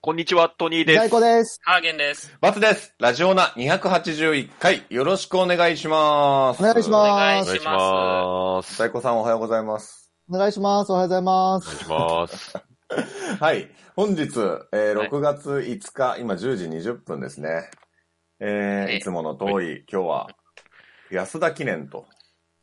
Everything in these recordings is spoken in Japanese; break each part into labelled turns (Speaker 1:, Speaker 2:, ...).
Speaker 1: こんにちは、トニーで
Speaker 2: 在
Speaker 1: す。
Speaker 2: 庫です。
Speaker 3: ハーゲンです。
Speaker 4: バツです。ラジオナ281回、よろしくお願いします。
Speaker 2: お願いし
Speaker 3: お願
Speaker 2: ま
Speaker 3: い
Speaker 2: す。
Speaker 3: し
Speaker 1: ます。
Speaker 4: 大子さんおはようございます。
Speaker 2: お願いします。おはようございま
Speaker 1: お願い
Speaker 2: す。
Speaker 1: します。
Speaker 4: はい。本日、えー
Speaker 3: はい
Speaker 4: 6月5日、今10時20分ですね。え
Speaker 3: ええ
Speaker 4: ー、いつもの遠い、今日は、安田記念と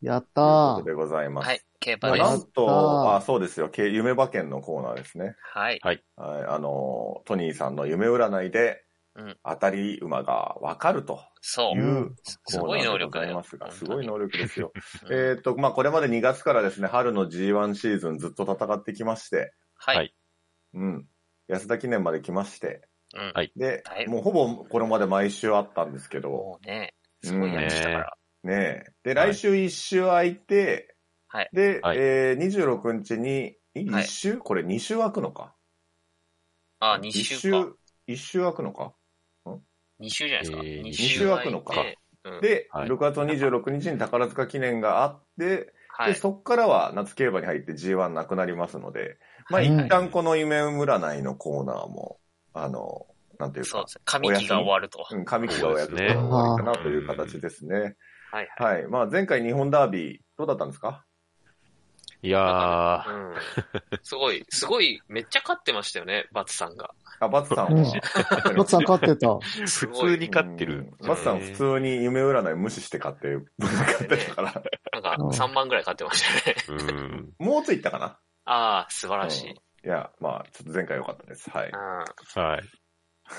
Speaker 2: やっ
Speaker 4: いうこ
Speaker 2: た
Speaker 4: とでございます。
Speaker 3: はい。ケーパ
Speaker 4: ま
Speaker 3: ー
Speaker 4: あ
Speaker 3: で
Speaker 2: は
Speaker 4: ない
Speaker 3: す。
Speaker 4: んと、
Speaker 2: やったー
Speaker 4: あ、そうですよ、け夢馬券のコーナーですね。
Speaker 3: はい。
Speaker 4: はい、あのー、トニーさんの夢占いで、
Speaker 3: うん
Speaker 4: 当たり馬がわかると
Speaker 3: そ。
Speaker 4: いうう
Speaker 3: すごい能力
Speaker 4: あ
Speaker 3: だ
Speaker 4: りま
Speaker 3: よ
Speaker 4: す。が、すごい
Speaker 3: 本
Speaker 4: 能力ですよ。
Speaker 3: 当 に
Speaker 4: えっ、と、まあ、これまで2月からですね、春の G1 シーズンずっと戦ってきまして、
Speaker 3: はい。
Speaker 4: うん。安田記念まで来まして、
Speaker 3: うん
Speaker 1: はい
Speaker 4: で
Speaker 3: はい、
Speaker 4: もうほぼこれまで毎週あったんですけど、
Speaker 3: もうね、すごいやりましたから。
Speaker 4: ねえ。で、
Speaker 1: はい
Speaker 4: 来週1週空いて、
Speaker 3: はい
Speaker 4: で、
Speaker 1: はい
Speaker 4: えー、26日に、
Speaker 3: は
Speaker 4: 1
Speaker 3: い
Speaker 4: 週、これ2週空くのか
Speaker 3: あ、2週か。。
Speaker 4: 1週空くのか
Speaker 3: 2週じゃないですか。
Speaker 1: えー
Speaker 3: 二
Speaker 1: 二週
Speaker 3: 空い
Speaker 4: 空
Speaker 3: て
Speaker 4: くのか。
Speaker 3: うん
Speaker 4: で、
Speaker 1: はい
Speaker 4: 6月26日に宝塚記念があって、
Speaker 3: は
Speaker 4: で、
Speaker 3: い。
Speaker 4: そっからは夏競馬に入って G1 なくなりますので、ま
Speaker 3: は
Speaker 4: あ
Speaker 3: い
Speaker 4: 一旦この夢占いのコーナーも、あの、なんていう
Speaker 3: そう
Speaker 4: か
Speaker 3: です、ね。神木が終わると。は
Speaker 4: うん神木がお役
Speaker 1: そう
Speaker 4: 立
Speaker 1: で
Speaker 4: ち
Speaker 1: すね
Speaker 4: 終わりかなという形ですね。
Speaker 3: いはい。
Speaker 4: はい。まあ前回日本ダービー、どうだったんですか
Speaker 1: いや
Speaker 3: う
Speaker 1: ー、
Speaker 3: ん。すごい、すごい、めっちゃ勝ってましたよね、バツさんが。
Speaker 4: あ、バツさん
Speaker 2: う
Speaker 4: は
Speaker 2: ん。ロッツさん勝ってた。
Speaker 3: す
Speaker 1: 普
Speaker 3: ごい
Speaker 1: 通に勝ってる。
Speaker 4: うんバツさん普通に夢占い無視して買って、買ってたから。
Speaker 3: なんか、3万ぐらい勝ってましたね。
Speaker 1: うん。
Speaker 4: もうついたかな
Speaker 3: ああ、素晴らしい。
Speaker 4: いや、まあちょっと前回良かったです。は
Speaker 3: う
Speaker 4: い。
Speaker 3: ん。
Speaker 1: はい。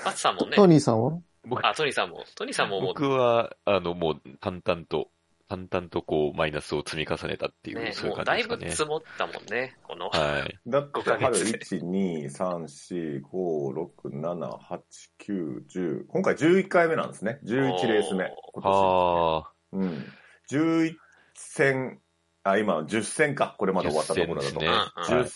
Speaker 3: バツさんもね
Speaker 2: ト、ニーさんは
Speaker 3: あ、トニーさんも、トニーさんももう、
Speaker 1: 僕は、あの、もう、淡々と、淡々とこう、マイナスを積み重ねたっていう、
Speaker 3: ね、
Speaker 1: そうい
Speaker 3: も
Speaker 1: う
Speaker 3: うだ
Speaker 1: 感
Speaker 3: い
Speaker 1: じ
Speaker 3: ぶ
Speaker 1: です
Speaker 3: 積
Speaker 1: かね。
Speaker 3: もったもんね、この。
Speaker 1: はい。
Speaker 4: だって
Speaker 3: 5ヶ
Speaker 4: 春
Speaker 3: 月で
Speaker 4: 1、2、3、4、5、6、7、8、9、10。今回11回目なんですね。11レース目。今年。
Speaker 1: あ
Speaker 4: うん。11戦、あ、今10戦か。これまで終わったところだと。
Speaker 1: 10戦ね
Speaker 3: です
Speaker 4: 10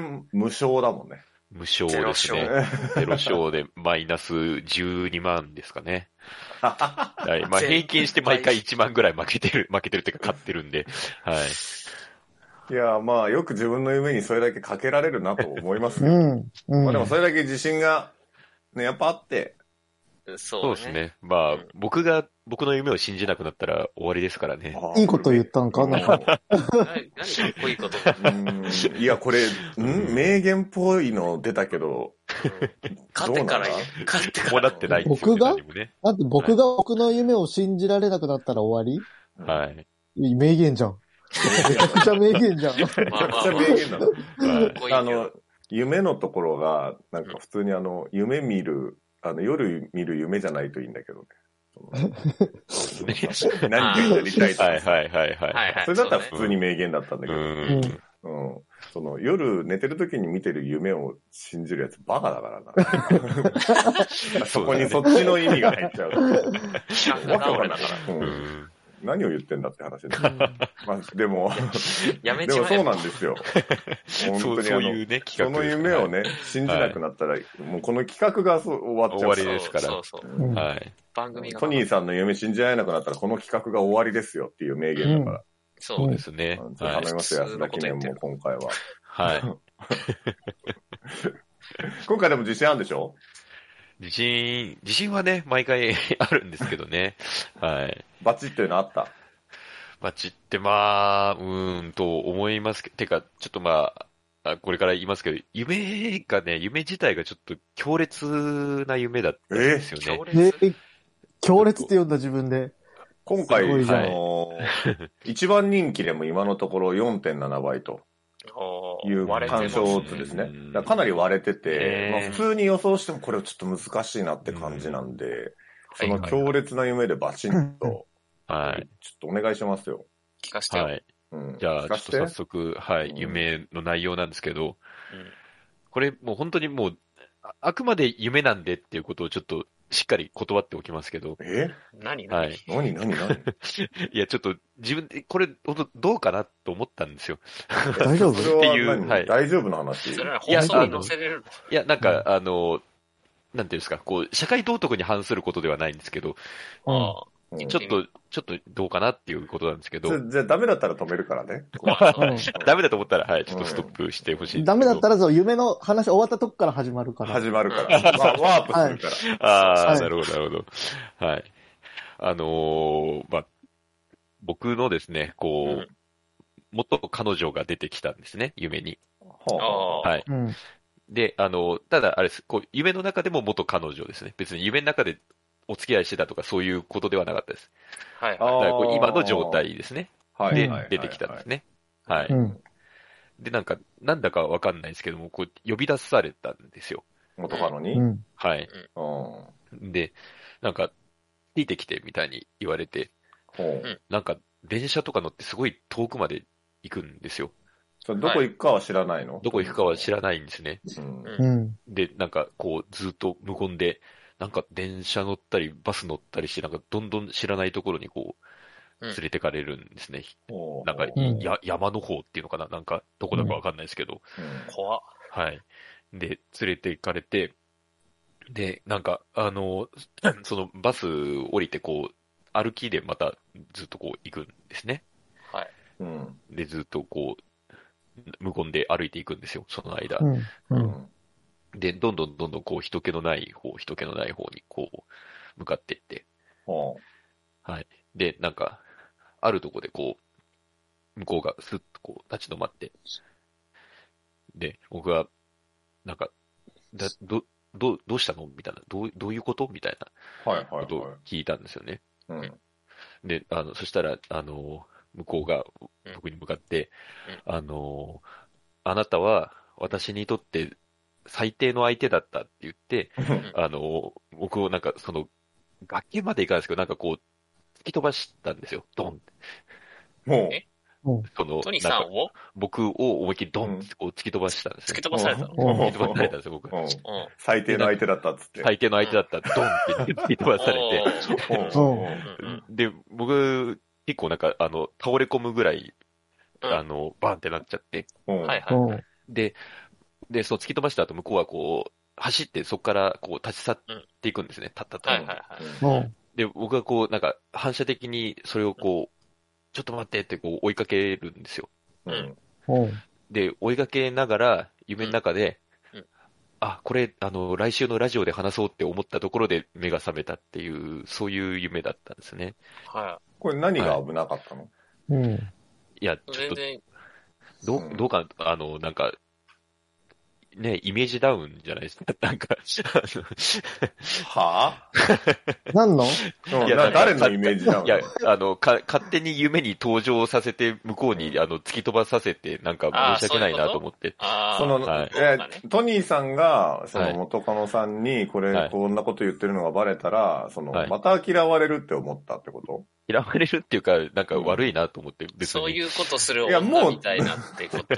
Speaker 4: 戦無勝だもんね。
Speaker 1: ー、無償です
Speaker 3: ゼロ
Speaker 1: ね。ゼロ勝でマイナス12万ですか ね。はい。まあ
Speaker 3: 全
Speaker 1: 平均して毎回1万ぐらい負けてる、負けてるっていうか勝ってるんで。はい。
Speaker 4: いや、まあよく自分の夢にそれだけかけられるなと思います
Speaker 2: う
Speaker 4: ね。
Speaker 2: ん。うん。
Speaker 4: まあでもそれだけ自信が、ね、やっぱあって、
Speaker 3: そ
Speaker 1: そうう
Speaker 3: で
Speaker 1: ですす
Speaker 3: ね。
Speaker 1: ね。まあ
Speaker 3: うん、
Speaker 1: 僕が、僕の夢を信じなくなったら終わりですからね。
Speaker 2: いいこと言ったんかなんか。
Speaker 3: な何かっこいいこと。
Speaker 4: うんいや、これ、ん名言っぽいの出たけど、
Speaker 3: 勝ってから
Speaker 4: どうなの、
Speaker 3: 勝ってから。
Speaker 1: もらってないんですよ、
Speaker 2: 僕が
Speaker 1: 何もね。
Speaker 2: だって僕が僕の夢を信じられなくなったら終わ
Speaker 1: はい。
Speaker 2: り名言じゃん。めちゃくちゃ名言 じゃん。
Speaker 4: め
Speaker 3: ま
Speaker 4: ち
Speaker 3: あ
Speaker 4: ゃ
Speaker 3: ま
Speaker 4: く
Speaker 3: あ
Speaker 4: ちゃ
Speaker 3: まあ
Speaker 4: 名言なの。
Speaker 1: はい
Speaker 3: かっこいいけど
Speaker 4: あの、夢のところが、なんか普通にあの、夢見る、あの、夜見る夢じゃないといいんだけどね。
Speaker 1: そうですね。
Speaker 4: 何がやりたいと
Speaker 1: は
Speaker 4: か
Speaker 1: い。はいはいはい。
Speaker 3: はいはい。
Speaker 4: それだったら
Speaker 3: そうね
Speaker 4: 普通に名言だったん
Speaker 1: う
Speaker 4: だけど、
Speaker 1: ーん。
Speaker 4: うん。その、夜寝てる時に見てる夢を信じるやつバカだから な。そこにそっちの意味が入っちゃう。
Speaker 3: なんか
Speaker 4: わけわかん
Speaker 3: だ
Speaker 4: ない
Speaker 3: から。
Speaker 4: から。
Speaker 1: う
Speaker 4: うん
Speaker 1: ん。
Speaker 4: 何を言ってんだって話で。まあ、でも、
Speaker 3: やめ
Speaker 4: で
Speaker 3: ち
Speaker 4: も
Speaker 3: まえ
Speaker 4: そう
Speaker 3: ば。
Speaker 4: なんですよ。
Speaker 1: そ
Speaker 4: 本当
Speaker 1: う、
Speaker 4: に
Speaker 1: そ
Speaker 4: あ
Speaker 1: う
Speaker 4: の
Speaker 1: い、うね、
Speaker 4: そ
Speaker 1: 企画
Speaker 4: の
Speaker 1: ですね
Speaker 4: 夢をね、信じなくなったら、もうこの企画がそう終わっちゃうから。
Speaker 1: 終わりですから
Speaker 3: そうそう。
Speaker 2: うん
Speaker 1: はい。
Speaker 3: 番組が。
Speaker 4: トニーさんの夢信じられなくなったら、この企画が終わりですよっていう名言だから。
Speaker 3: そ
Speaker 1: そう
Speaker 3: う。
Speaker 1: ですね
Speaker 4: うん、。
Speaker 1: は
Speaker 4: 頼
Speaker 1: い
Speaker 4: み。ますよ、安田記念も今回は。
Speaker 1: はい。
Speaker 4: 今回でも自信あるんでしょ
Speaker 1: 自信、自信はね、毎回 あるんですけどね。はい。
Speaker 4: バチっていうのあった。
Speaker 1: バチってまあ、うーんと思いますけど、てか、ちょっとまあ、あこれから言いますけど、夢がね、夢自体がちょっと強烈な夢だったんですよね
Speaker 3: 強。
Speaker 2: え
Speaker 3: 烈。、
Speaker 2: 強烈って呼んだ自分で。
Speaker 4: 今
Speaker 2: す
Speaker 4: 回、
Speaker 2: ごいじゃん
Speaker 4: あのー、一番人気でも今のところ4.7倍と
Speaker 3: おー
Speaker 4: いう
Speaker 3: 割れてま
Speaker 4: 干
Speaker 3: すね
Speaker 4: 渉率ですね。
Speaker 1: うん
Speaker 4: だからかなり割れてて、
Speaker 1: ね
Speaker 4: まあ、普通に予想してもこれちょっと難しいなって感じなんで、そ
Speaker 1: はい
Speaker 4: の強烈な夢でバチ ンと、
Speaker 1: はい。
Speaker 4: ちょっとお願いしますよ。
Speaker 3: 聞かせてよ。
Speaker 1: はい。
Speaker 4: うん、
Speaker 1: じゃあ、
Speaker 4: 聞
Speaker 1: ちょ
Speaker 4: か
Speaker 1: っ
Speaker 4: せ
Speaker 1: と
Speaker 4: て
Speaker 1: 早速、は
Speaker 4: う
Speaker 1: い、
Speaker 4: ん
Speaker 1: 夢の内容なんですけど、これもう本当にもう、ああくまで夢なんでっていうことをちょっとしっかり断っておきますけど、
Speaker 4: え
Speaker 3: うん何
Speaker 1: は
Speaker 3: 何
Speaker 1: い。
Speaker 4: 何何 何
Speaker 1: いや、ちょっと自分で、これ、本当どうかなと思ったんですよ。
Speaker 2: 大丈夫
Speaker 4: それは
Speaker 1: っていう
Speaker 4: 何
Speaker 1: はい
Speaker 4: 大丈夫の話
Speaker 3: それら放
Speaker 1: や
Speaker 3: 送に載せれる
Speaker 1: いや、なんか、あの、なんていうんですか、こう、社会道徳に反することではないんですけど、
Speaker 3: の
Speaker 4: うん
Speaker 1: ちょっと、ちょっとどうかなっていうことなんですけど
Speaker 4: じゃ、じゃあダメだったら止めるからね。
Speaker 2: うん
Speaker 1: ダメだと思ったら、はい、ちょっとストップしてほしいんですけど。
Speaker 2: ダメだったら、そう、夢の話終わったとこから始まるから。
Speaker 4: 始まる から。わワープするから。
Speaker 1: あ
Speaker 2: は
Speaker 1: あ、
Speaker 2: い
Speaker 1: なるほど、なるほど。はい。あのーまあ、僕のですね、こう、
Speaker 3: うん
Speaker 1: 元彼女が出てきたんですね、夢に。
Speaker 4: は
Speaker 1: はい。
Speaker 2: うん。
Speaker 1: で、あのーただ、あれです、こう、夢の中でも元彼女ですね。別に夢の中でお付き合いしてたとか、そういうことではなかったです。
Speaker 3: はい
Speaker 4: あ
Speaker 3: はい。
Speaker 1: だからこ
Speaker 4: あ
Speaker 1: う今の状。態ですね。
Speaker 4: は
Speaker 1: で、
Speaker 4: いはい
Speaker 1: 出てきたんですね。
Speaker 4: は
Speaker 1: は
Speaker 4: いはい
Speaker 1: い。
Speaker 2: うん。
Speaker 1: で、なんか、なんだかわかんないですけども、こう、呼び出されたんですよ。
Speaker 4: 元カノに。
Speaker 2: う
Speaker 4: うん。
Speaker 2: ん。
Speaker 1: はい。
Speaker 4: ほ
Speaker 1: で、なんか、ついてきて、みたいに言われて、
Speaker 4: う。
Speaker 1: なんか、電車とか乗ってすごい遠くまで行くんですよ。
Speaker 4: それどこ行くかは知らないの
Speaker 1: どこ行くかは知らないんですね。
Speaker 4: うん
Speaker 3: うん
Speaker 2: うん。
Speaker 1: で、なんか、こう、ずっと無言で、なんか電車乗ったり、バス乗ったりして、なんか、どんどん知らないところにこう、
Speaker 3: うん
Speaker 1: 連れてかれるんですね。
Speaker 4: ほう
Speaker 1: なんか、
Speaker 2: うん
Speaker 1: や、山の方っていうのかななんか、どこだかわかんないですけど。
Speaker 4: うん
Speaker 3: 怖っ。
Speaker 1: はい。で、連れて行かれて、で、なんか、あの、 そのバス降りて、こう、歩きでまたずっとこう行くんですね。
Speaker 4: うん。
Speaker 1: で、ずっとこう、無言で歩いていくんですよ、その間
Speaker 2: う。ん。う。
Speaker 4: うんん。
Speaker 1: で、どんどんどんどんこう、人気のない方、人気のない方にこう、向かっていって。
Speaker 4: ほ
Speaker 1: はい。で、なんか、あるとこでこう、向こうがスッとこう、立ち止まって。で、僕は、なんか、だ、ど、どう、どうしたのみたいな。どう、どういうことみたいな
Speaker 4: う。はいは
Speaker 1: こと
Speaker 4: い
Speaker 1: を
Speaker 4: はい。
Speaker 1: 聞いたんですよね。
Speaker 4: うん。
Speaker 1: で、あの、そしたら、あの、向こうが
Speaker 3: うん
Speaker 1: 僕に向かって、あの、あなたは私にとって最低の相手だったって言って、あの、僕をなんかその、崖まで行かないですけど、なんかこう、突き飛ばしたんですよ。ドンって。
Speaker 4: も
Speaker 3: え
Speaker 1: その、
Speaker 3: トニー
Speaker 1: な
Speaker 3: さ
Speaker 1: ん
Speaker 3: ん
Speaker 1: か
Speaker 3: を
Speaker 1: 僕を思いっきりドンってこう突き飛ばしたんです
Speaker 3: 突
Speaker 1: よ
Speaker 3: き。飛ばされたの
Speaker 4: う
Speaker 2: うんん
Speaker 1: 突き飛ばされたんですよ、僕。
Speaker 4: うん
Speaker 3: うん。
Speaker 4: 最低の相手だったっつって。
Speaker 1: 最低の相手だったらドンって突き飛ばされて、
Speaker 4: うんうん
Speaker 3: うんうん
Speaker 1: で、僕、結構なんか、あの、倒れ込むぐらい、
Speaker 3: うん
Speaker 1: あの、バンってなっちゃって、
Speaker 4: うん
Speaker 3: はいは
Speaker 2: う
Speaker 3: い。
Speaker 2: ん。
Speaker 1: で、で、その突き飛ばした後、向こうはこう、走ってそこからこう立ち去っていくんですね。たったと。
Speaker 3: はいはいはい。
Speaker 2: うん。
Speaker 1: で、僕はこう、なんか、反射的にそれをこう、ちょっと待ってってこう追いかけるんですよ。
Speaker 4: うん
Speaker 2: うん。
Speaker 1: で、追いかけながら、夢の中で
Speaker 3: うんうん、
Speaker 1: あ、これ、あの、来週のラジオで話そうって思ったところで目が覚めたっていう、そういう夢だったんですね。
Speaker 3: は
Speaker 4: これ何が危なかったの
Speaker 2: うん。
Speaker 1: いや、ち
Speaker 3: い。
Speaker 1: ょっ
Speaker 3: 全
Speaker 1: と
Speaker 3: 然、
Speaker 1: ど
Speaker 4: う、
Speaker 1: うんどうか、あの、なんか、ね、イメージダウンじゃないですか。 なん か、あ
Speaker 4: は
Speaker 2: 何の
Speaker 4: ぁ
Speaker 1: いやなんか
Speaker 4: 誰のイメージな
Speaker 1: の
Speaker 4: の
Speaker 1: いや、あの、か、勝手に夢に登場させて、向こうに、あの、突き飛ばさせて、なんか申し訳ないなと思って。
Speaker 3: ああ。
Speaker 4: その、
Speaker 1: はい
Speaker 4: え
Speaker 3: そうだね
Speaker 4: トニーさんが、そ
Speaker 1: はい
Speaker 4: の元カノさんに、これ、
Speaker 1: はい
Speaker 4: こんなこと言ってるのがバレたら、その、
Speaker 1: はい
Speaker 4: また嫌われるって思ったってこと
Speaker 1: 嫌われるっていうか、なんか悪いなと思って、別
Speaker 3: そう
Speaker 1: に。
Speaker 3: いうことする
Speaker 4: いやも
Speaker 3: 女
Speaker 4: う
Speaker 3: みたいなっ てこと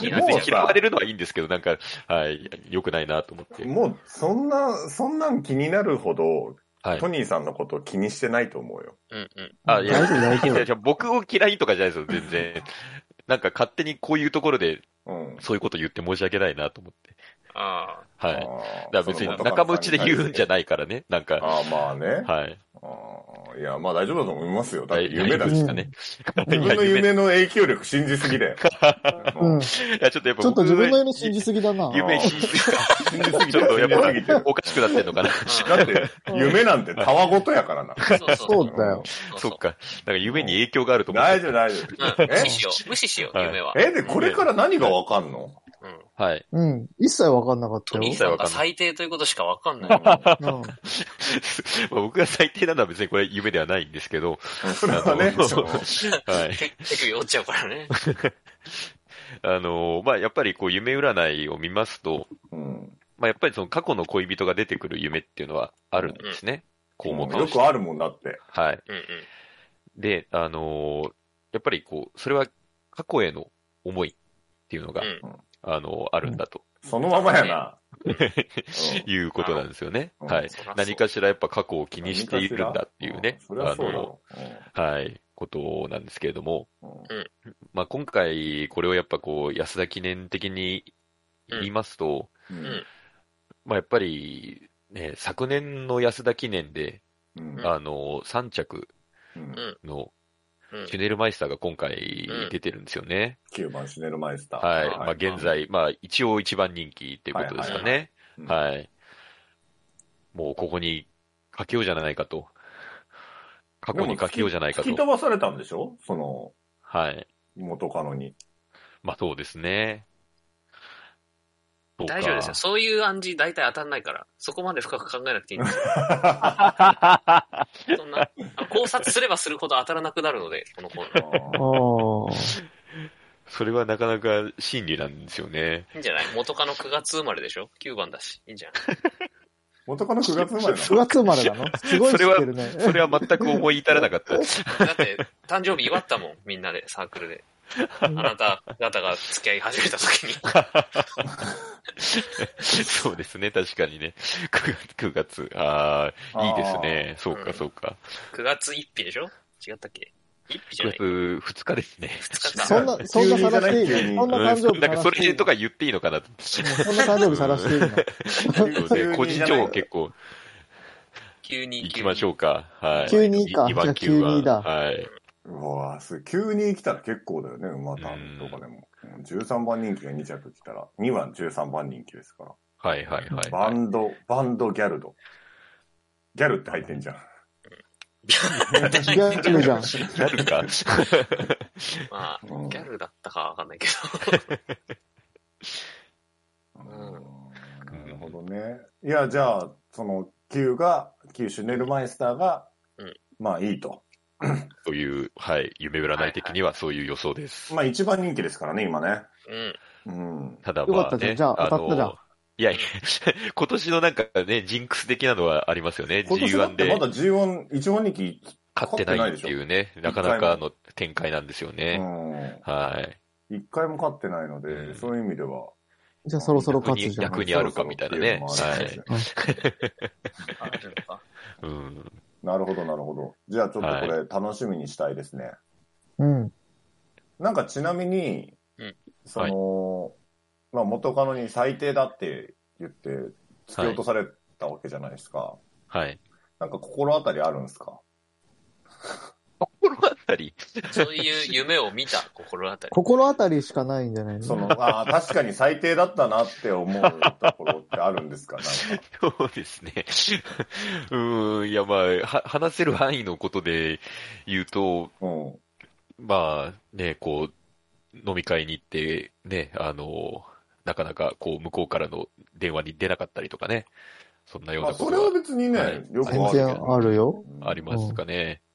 Speaker 3: になっ
Speaker 1: 別
Speaker 3: て
Speaker 1: に
Speaker 3: き
Speaker 1: 嫌
Speaker 3: た。
Speaker 1: われるのはいいんですけど、なんか、はい、良くないなと思って。
Speaker 4: もう、そんな、そんなん気になるほど、
Speaker 1: はい
Speaker 4: ト。ニーさんのことを気にしてないと思うよ。
Speaker 3: うんうん。
Speaker 1: あ、いや、
Speaker 2: 大丈夫大
Speaker 1: い
Speaker 2: 丈夫
Speaker 1: やいや僕を嫌いとかじゃないですよ、全然。 なんか勝手にこういうところで、
Speaker 4: うん。
Speaker 1: そういうこと言って申し訳ないなと思って。
Speaker 3: あ
Speaker 1: はい。
Speaker 4: い
Speaker 1: だから別に仲間内で言うんじゃないからね、なんか。
Speaker 4: あーまあね。
Speaker 1: はい。
Speaker 4: あーいや、まあ大丈夫だと思いますよ。だって
Speaker 1: 大
Speaker 4: 夢
Speaker 1: 大
Speaker 4: だ
Speaker 1: 丈夫
Speaker 4: し。
Speaker 1: ですかね。
Speaker 4: 自分の
Speaker 1: いや
Speaker 4: 夢の影響力信じす ぎだよ。
Speaker 2: う。
Speaker 4: うんん
Speaker 2: ち
Speaker 1: いや、ちょっとやっぱ
Speaker 2: ょっと自分
Speaker 1: 夢
Speaker 2: の夢信じすぎだな。
Speaker 1: 夢信じす
Speaker 4: 信じすぎ
Speaker 1: ぎち
Speaker 4: て
Speaker 1: ょっとや
Speaker 4: る。
Speaker 1: っ
Speaker 4: 信じすぎて
Speaker 1: ぱ
Speaker 4: る。
Speaker 1: おかしくなってんのかな。
Speaker 3: あ。
Speaker 4: だって、夢なんてたわごとやからな。
Speaker 3: うんそ
Speaker 2: そ
Speaker 3: うそう
Speaker 2: だよ。
Speaker 3: う。
Speaker 1: そっか。だから夢に影響があると思っ
Speaker 4: 大
Speaker 1: て。
Speaker 4: 丈夫、大丈
Speaker 3: うん。無視
Speaker 4: 夫。
Speaker 3: しよう。無視しよう、
Speaker 1: はい
Speaker 3: 夢は。
Speaker 4: ええ、で、これから何がわかんの
Speaker 3: うん。
Speaker 1: はい。
Speaker 2: うん。一切わかんなかっ
Speaker 3: ト
Speaker 2: た
Speaker 3: ニー
Speaker 2: よ。
Speaker 3: さんが最低ということしかわかんない。
Speaker 2: うん。
Speaker 1: まあ僕が最低なのは別にこれ夢ではないんですけど。
Speaker 4: それはね
Speaker 1: あ、の
Speaker 4: そ の
Speaker 1: はい。
Speaker 3: 手首折っちゃうからね。
Speaker 1: あの、まあやっぱりこう夢占いを見ますと、
Speaker 4: うん
Speaker 1: まあやっぱりその過去の恋人が出てくる夢っていうのはあるんですね。項目
Speaker 4: よ
Speaker 1: として。
Speaker 4: くあるもんだって。
Speaker 1: はい。
Speaker 3: うんうん。
Speaker 1: で、あのーやっぱりこう、それは過去への思いっていうのが、
Speaker 3: うん
Speaker 1: あのーあるんだと
Speaker 4: そのままやな。
Speaker 1: いうことなんですよね。
Speaker 4: うん
Speaker 1: はい
Speaker 4: うん。
Speaker 3: そらそう
Speaker 1: 何かしらやっぱ過去を気にしているんだっていうね、
Speaker 4: それはそうだ
Speaker 1: の
Speaker 4: ろ
Speaker 1: ーはい、ことなんですけれども、
Speaker 4: う。うん
Speaker 1: まあ、今回これをやっぱこう、安田記念的に言いますと、
Speaker 4: うん
Speaker 3: ん
Speaker 1: まあ、やっぱり、ね、昨年の安田記念で、
Speaker 4: うん
Speaker 1: あの、3着
Speaker 4: うん
Speaker 1: の
Speaker 3: うん
Speaker 1: シュネルマイスターが今回出てるんですよね。
Speaker 4: 9番シュネルマイスター。
Speaker 1: はい。まあ現。在、まあ一応一番人気っていうことですかね。
Speaker 4: はいは
Speaker 1: はい。もうここにかけようじゃないかと。過去にかけようじゃないか
Speaker 4: 突き
Speaker 1: と。
Speaker 4: 飛ばされたんでしょその、
Speaker 1: はい。
Speaker 4: 元カノに。
Speaker 1: まあそうですね。そうか
Speaker 3: 大丈夫ですよ。そういう暗示大体当たんないから、そこまで深く考えなくてい いんですよ。そんな、あ考察すればするほど当たらなくなるので、このコーナー。
Speaker 2: あー
Speaker 1: それはなかなか真理なんですよね。
Speaker 3: いいんじゃない元カノ9月生まれでしょ ?9 番だし。いいんじゃない
Speaker 4: 元カノ9月生まれな
Speaker 2: 9月生まれなのすごい知って るね。
Speaker 1: それは全く思い至らなかった。
Speaker 3: だって、誕生日祝ったもん、みんなで、サークルで。あ なた方が付き合い始めた時に。
Speaker 1: そうですね、確かにね。9月、9月。ああ、
Speaker 4: の
Speaker 1: いいです。ね。そう
Speaker 3: う
Speaker 1: か、
Speaker 3: ん
Speaker 1: そうか。
Speaker 3: 9月1日でしょ違ったっけ ?1 日じゃ
Speaker 1: 9
Speaker 3: ない
Speaker 1: 月。2日ですね。
Speaker 3: 2日
Speaker 4: あー
Speaker 3: か。
Speaker 2: そんな、そんな話していい
Speaker 4: 急に
Speaker 2: のそんな
Speaker 1: う
Speaker 2: 誕
Speaker 1: ん
Speaker 2: 生日
Speaker 1: なんかそ
Speaker 2: 話してい
Speaker 1: れ
Speaker 2: いの
Speaker 1: とか言っていいのかなと。
Speaker 2: そんな誕生日さらしていいの
Speaker 1: そうね個人情報結構
Speaker 3: 急に。
Speaker 1: 行きましょうか。はい。
Speaker 2: 急にか
Speaker 1: 2番、
Speaker 2: じゃ
Speaker 1: 9
Speaker 2: あ急
Speaker 1: 番。
Speaker 2: にだ
Speaker 1: はい。
Speaker 4: 構。うわぁ、それ急に来たら結構だよね、馬単とかでも。うん13番人気が2着来たら、2番13番人気ですから。
Speaker 1: はい、はい、はい
Speaker 4: バ
Speaker 1: はい。
Speaker 4: ンド、バンドギャルド。ギャルって入ってんじゃん。
Speaker 2: ギャル じゃん。
Speaker 1: なるか。
Speaker 3: う。まあ、
Speaker 4: うん
Speaker 3: ギャルだったかわかんないけど。
Speaker 4: うんなるほどね。いや、じゃあ、その、旧が、旧シュネルマイスターが、
Speaker 3: うん
Speaker 4: まあいいと。
Speaker 1: という、はい。夢占い的にはそういう予想です。
Speaker 4: まあ一番人気ですからね、今ね。
Speaker 3: うん。
Speaker 4: うん。
Speaker 1: ただ
Speaker 2: よか
Speaker 1: ま
Speaker 2: っ
Speaker 1: あ
Speaker 2: たじゃん
Speaker 1: ね、
Speaker 2: じゃあ当たったじゃん
Speaker 1: の、いや いや、今年のなんかね、ジンクス的なのはありますよね。
Speaker 4: 今年だっ
Speaker 1: G1
Speaker 4: てま
Speaker 1: で
Speaker 4: だ G1、一番人気、
Speaker 1: 勝ってないっていうね、な
Speaker 4: 勝
Speaker 1: か
Speaker 4: ってないでしょ
Speaker 1: なかの展開なんですよ
Speaker 4: う
Speaker 1: ね。
Speaker 4: ん。
Speaker 1: はい。
Speaker 4: 一回も勝ってないので、
Speaker 1: うん
Speaker 4: そういう意味では。
Speaker 2: じゃあそろそろ勝つじゃん。
Speaker 1: 逆にあるかみたいなね
Speaker 4: そろそろってうのもあるし
Speaker 3: あるのか
Speaker 1: うん。
Speaker 4: なるほど、なるほど。じゃあちょっとこれ楽しみにしたいですね。
Speaker 2: うん。
Speaker 4: なんかちなみに、
Speaker 3: うん
Speaker 4: その、まあ元カノに最低だって言って、突き落とされたわけじゃないですか。
Speaker 1: はい。
Speaker 4: なんか心当たりあるんですか
Speaker 1: 心当たり
Speaker 3: そういう夢を見た心当たり。
Speaker 2: 心当たりしかないんじゃない
Speaker 4: そ
Speaker 2: の
Speaker 4: の、ああ、確かに最低だったなって思うところってあるんですかなんか。
Speaker 1: そうですね。 うーん、いや、まあ、は話せる範囲のことで言うと、
Speaker 4: うん。
Speaker 1: まあ、ね、こう、飲み会に行って、ね、あの、なかなか、こう、向こうからの電話に出なかったりとかね、そんなよう
Speaker 4: まあ、
Speaker 1: なこ
Speaker 4: そ
Speaker 1: と
Speaker 4: れは
Speaker 1: が
Speaker 4: 別にね、
Speaker 1: はい
Speaker 4: よく
Speaker 2: 全
Speaker 4: あるけ
Speaker 2: 然あるよ。
Speaker 4: ど。
Speaker 1: ありますかね。
Speaker 4: うん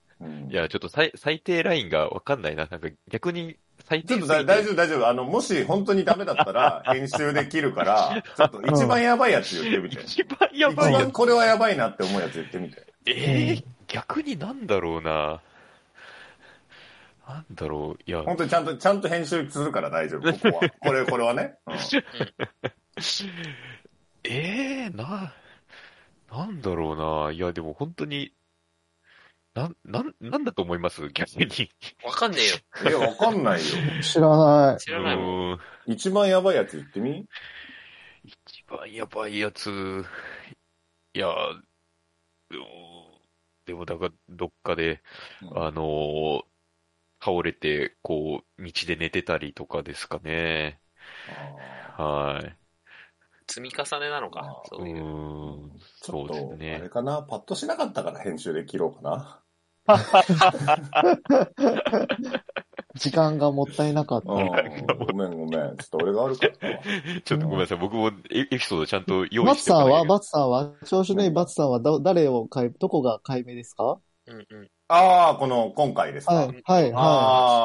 Speaker 1: いや、ちょっと最最低ラインがわかんないな。なんか逆に最
Speaker 4: ち
Speaker 1: 低
Speaker 4: ょっ
Speaker 1: す
Speaker 4: と
Speaker 1: ぎ
Speaker 4: だ
Speaker 1: て
Speaker 4: 大丈夫、大丈夫。あの、もし本当にダメだった ら、編集できるから、ちょっと一番やばいやつ言ってみて。
Speaker 1: 一番 や
Speaker 4: 一
Speaker 1: ばいや
Speaker 4: 番
Speaker 1: つ。
Speaker 4: これはやばいなって思うやつ言ってみて。
Speaker 1: ええ逆になんだろうな。なんだろう。いや、
Speaker 4: 本当にちゃんと、ちゃんと編集するから大丈夫、こ こは。これ、これはね。うん
Speaker 1: ええな、なんだろうな。いや、でも本当に、なん、なん、なんだと思います逆に。
Speaker 3: わかんねえよ。
Speaker 4: いや、わかんないよ。
Speaker 2: 知らない。
Speaker 3: 知らないもん。
Speaker 1: うーん
Speaker 4: 一番やばいやつ言ってみ
Speaker 1: 一番やばいやつ、いや、でも、でもだから、どっかで、
Speaker 4: うん
Speaker 1: あのー倒れて、こう、道で寝てたりとかですかね。はい。
Speaker 3: 積み重ねなのか
Speaker 4: あ。ー
Speaker 3: そう
Speaker 1: う
Speaker 3: いう。
Speaker 1: ーん、
Speaker 4: ちょ
Speaker 1: そ
Speaker 4: っ
Speaker 1: うです
Speaker 4: と、あ
Speaker 1: ね
Speaker 4: れ。かな、パッとしなかったから編集で切ろうかな。
Speaker 2: 時間がもったいなかった。
Speaker 4: うん、ごめんごめん。ちょっと俺が悪かったわ。
Speaker 1: ちょっとごめんなさい。僕もエエピソードちゃんと用
Speaker 2: バ
Speaker 1: 意
Speaker 2: ツ
Speaker 1: して
Speaker 2: さんは、
Speaker 1: おかない
Speaker 2: バツさんは、調子のいいバツさんはど、誰を解、どこが解明ですか
Speaker 3: うんうん。
Speaker 4: ああ、この、今回ですか。
Speaker 2: はい、はい、は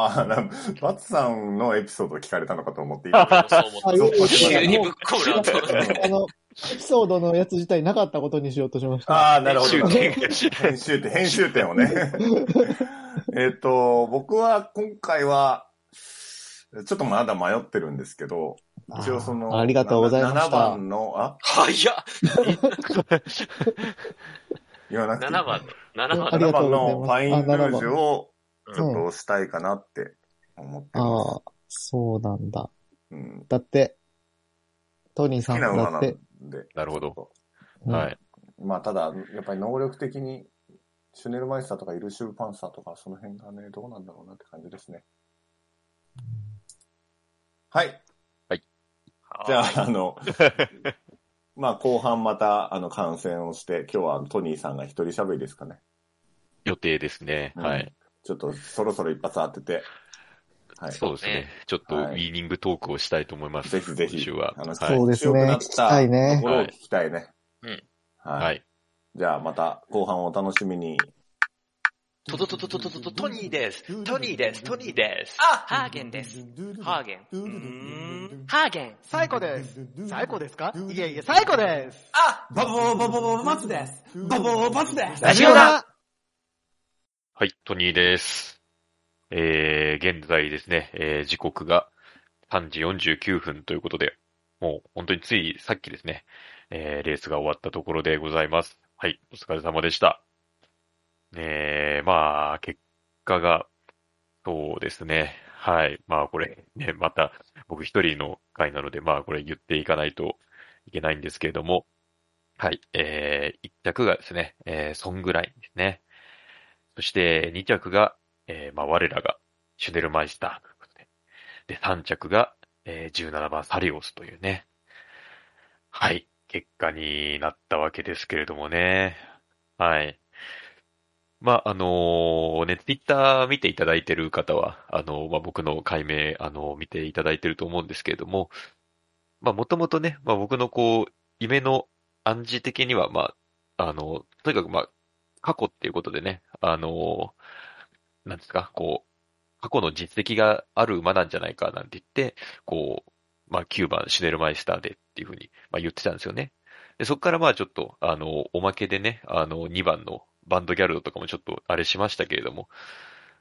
Speaker 4: ああ、なんバツさんのエピソードを聞かれたのかと思ってい
Speaker 3: 俺
Speaker 4: た。
Speaker 3: もそう思
Speaker 2: い
Speaker 3: っ
Speaker 4: ゾッと
Speaker 3: た。
Speaker 4: しま
Speaker 3: 急
Speaker 4: し
Speaker 3: にぶっ込むなと思って。
Speaker 2: い。あの、エピソードのやつ自体なかったことにしようとしました。
Speaker 4: たああ、なるほど。
Speaker 1: 終点
Speaker 4: 編集点、編集点を ね。えっと、僕は今回は、ちょっとまだ迷ってるんですけど、一応その、
Speaker 2: ありがとうございました
Speaker 4: 7番の、あ
Speaker 3: 早っ
Speaker 4: 言わなくていい
Speaker 3: !7 番。7
Speaker 2: あ
Speaker 3: 番
Speaker 2: り
Speaker 4: 7
Speaker 2: がと
Speaker 4: 番
Speaker 2: うござい
Speaker 4: の
Speaker 2: ます
Speaker 4: ファインルージュを
Speaker 3: あ
Speaker 4: ちょっと押したいかなって思ってます。
Speaker 2: ああ、そうなんだ。
Speaker 4: うん、
Speaker 2: だって、トニー
Speaker 4: 好
Speaker 2: さん
Speaker 4: きな馬
Speaker 2: だ
Speaker 4: な
Speaker 2: っ
Speaker 4: んで
Speaker 2: て、。
Speaker 1: なるほど。
Speaker 2: うん
Speaker 1: はい。
Speaker 4: まあ、ただ、やっぱり能力的にシュネルマイスターとかイルシューパンサーとか、その辺がね、どうなんだろうなって感じですね。はい。じゃ
Speaker 3: はーい
Speaker 4: あ、あの、まあ、後半また、あの、観戦をして、今日はトニーさんが一人喋りですかね。
Speaker 1: 予定ですね。は
Speaker 4: うん
Speaker 1: い。
Speaker 4: ちょっと、そろそろ一発当てて、はい。
Speaker 1: そうですね。ちょっとウ
Speaker 4: はい
Speaker 1: ィーニングトークをしたいと思います。
Speaker 4: ぜひぜひ
Speaker 1: 今週は。
Speaker 4: あ
Speaker 1: は
Speaker 4: の
Speaker 1: い
Speaker 2: そうですね
Speaker 4: 強くなっ
Speaker 2: 聞きたいね
Speaker 4: ところを聞きたいね。
Speaker 3: うん
Speaker 4: はい。
Speaker 1: はい。
Speaker 4: じゃあ、また、後半お楽しみに。
Speaker 1: トトトトトトトトニーです。トニーです。トニーです。
Speaker 5: あ、ハーゲンです。。ハーゲン。うーんハーゲン。
Speaker 6: 最高です。最高ですかいえいえ、最高です。
Speaker 5: あ、バボーバボーババツです。バボーバツです。
Speaker 6: ラジオだ
Speaker 1: はい、トニーです。えー、現在ですね、えー、時刻が3時49分ということで、もう本当についさっきですね、えー、レースが終わったところでございます。はい、お疲れ様でした。えー、まあ、結果が、そうですね。はい。まあ、これ、ね、また、僕一人の回なので、まあ、これ言っていかないといけないんですけれども、はい。えー、一着がですね、えー、ソングラインですね。そして、2着が、えーまあ、我らが、シュネルマイスターということで。で、3着が、えー17番サリオスというね。はい。結果になったわけですけれどもね。はい。まあ、あのーね、ツイッター見ていただいてる方は、あのーまあ、僕の解明、あのー見ていただいてると思うんですけれども、まあ、もともとね、まあ、僕のこう、夢の暗示的には、まあ、あのーとにかく、まあ、過去っていうことでね、あのーなんですか、こう、過去の実績がある馬なんじゃないかなんて言って、こう、まあ9番シュネルマイスターでっていうふうに、まあ、言ってたんですよね。で、そこからまあちょっと、あの、おまけでね、あの、2番のバンドギャルドとかもちょっとあれしましたけれども、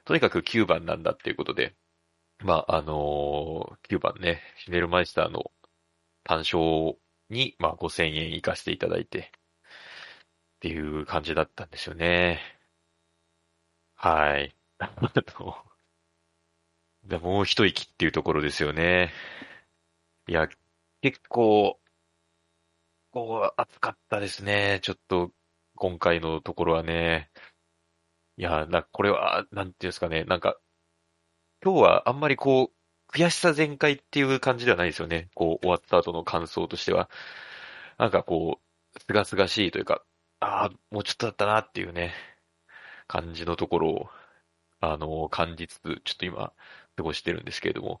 Speaker 1: とにかく9番なんだっていうことで、まああのー、9番ね、シュネルマイスターの単勝に、まあ5000円行かせていただいて、っていう感じだったんですよね。はい。あのでもう一息っていうところですよね。いや、結構、こう、暑かったですね。ちょっと、今回のところはね。いや、な、これは、なんていうんですかね。なんか、今日はあんまりこう、悔しさ全開っていう感じではないですよね。こう、終わった後の感想としては。なんかこう、すがすがしいというか、ああ、もうちょっとだったなっていうね、感じのところを、あの、感じつつ、ちょっと今、過ごしてるんですけれども、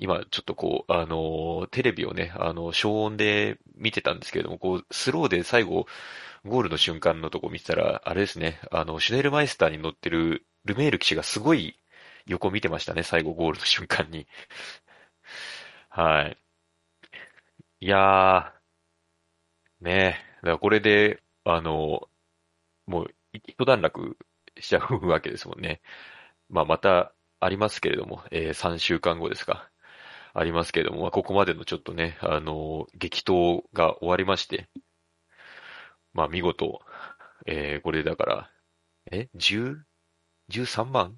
Speaker 1: 今、ちょっとこう、あの、テレビをね、あの、消音で見てたんですけれども、こう、スローで最後、ゴールの瞬間のとこ見てたら、あれですね、あの、シュネルマイスターに乗ってるルメール騎士がすごい横見てましたね、最後ゴールの瞬間に。はい。いやー、ねえ。だからこれで、あの、もう一段落しちゃうわけですもんね。まあまたありますけれども、えー3週間後ですか。ありますけれども、まあここまでのちょっとね、あの、激闘が終わりまして、まあ見事、えーこれだから、え ?10、13万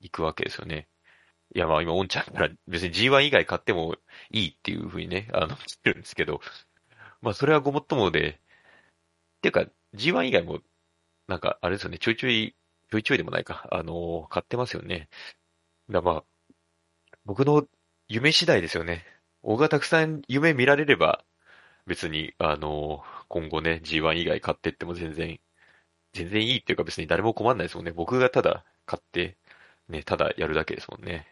Speaker 1: いくわけですよね。いやまあ今、オンちゃんから別に G1 以外買ってもいいっていうふうにね、あの、言ってるんですけど、まあ、それはごもっともで、っていうか、G1 以外も、なんか、あれですよね、ちょいちょい、ちょいちょいでもないか、あのー買ってますよね。だからまあ、僕の夢次第ですよね。僕がたくさん夢見られれば、別に、あのー今後ね、G1 以外買ってっても全然、全然いいっていうか別に誰も困んないですもんね。僕がただ買って、ね、ただやるだけですもんね。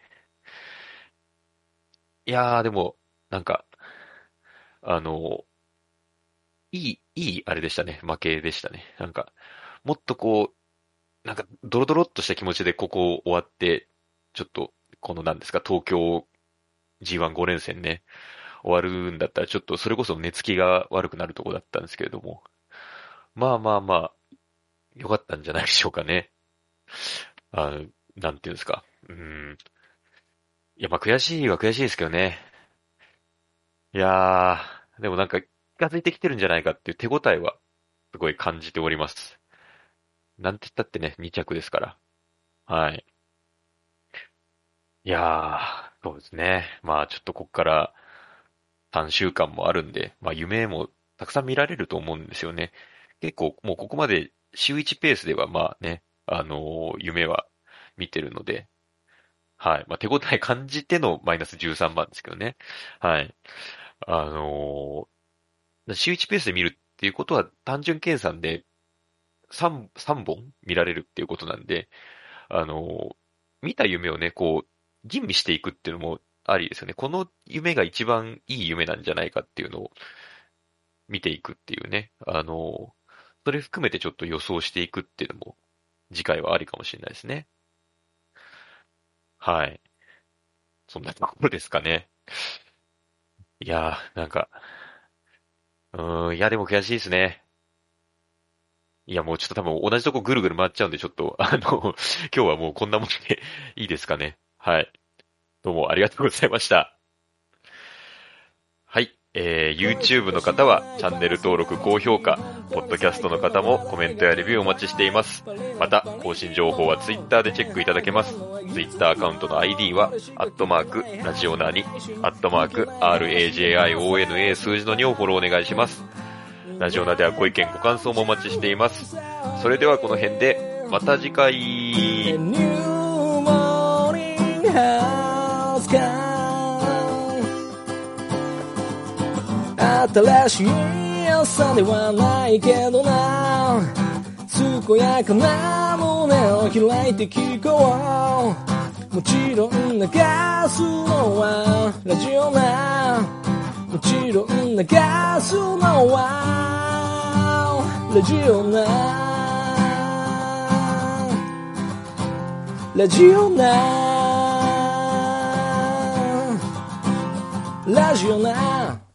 Speaker 1: いやー、でも、なんか、あのーいい、いい、あれでしたね。負けでしたね。なんか、もっとこう、なんか、ドロドロっとした気持ちでここを終わって、ちょっと、このなんですか、東京 G15 連戦ね、終わるんだったら、ちょっとそれこそ寝つきが悪くなるとこだったんですけれども。まあまあまあ、良かったんじゃないでしょうかね。あの、なんていうんですか。うん。いや、まあ悔しいは悔しいですけどね。いやー、でもなんか、近づいてきてるんじゃないかっていう手応えは、すごい感じております。なんて言ったってね、2着ですから。はい。いやー、そうですね。まあちょっとこっから3週間もあるんで、まあ夢もたくさん見られると思うんですよね。結構もうここまで週1ペースではまあね、あのー夢は見てるので、はい。まあ、手応え感じてのマイナス13番ですけどね。はい。あのー週1ペースで見るっていうことは単純計算で3、三本見られるっていうことなんで、あのー見た夢をね、こう、吟味していくっていうのもありですよね。この夢が一番いい夢なんじゃないかっていうのを見ていくっていうね。あの、それ含めてちょっと予想していくっていうのも次回はありかもしれないですね。はい。そんなところですかね。いやー、なんか、うーん、いや、でも悔しいですね。いや、もうちょっと多分同じとこぐるぐる回っちゃうんで、ちょっと、あの、 今日はもうこんなもんで いいですかね。はい。どうもありがとうございました。はい。えー、YouTube の方はチャンネル登録、高評価、ポッドキャストの方もコメントやレビューお待ちしています。また、更新情報は Twitter でチェックいただけます。Twitter アカウントの ID は、アットマーク、ラジオナーに、アットマーク、RAJIONA 数字の2をフォローお願いします。ラジオナではご意見、ご感想もお待ちしています。それではこの辺で、また次回。
Speaker 7: A new morning has come 新しい朝ではないけどな健やかな胸を開いて聞こうもちろん流すのはラジオなもちろん流すのはラジオなラジオなラジオな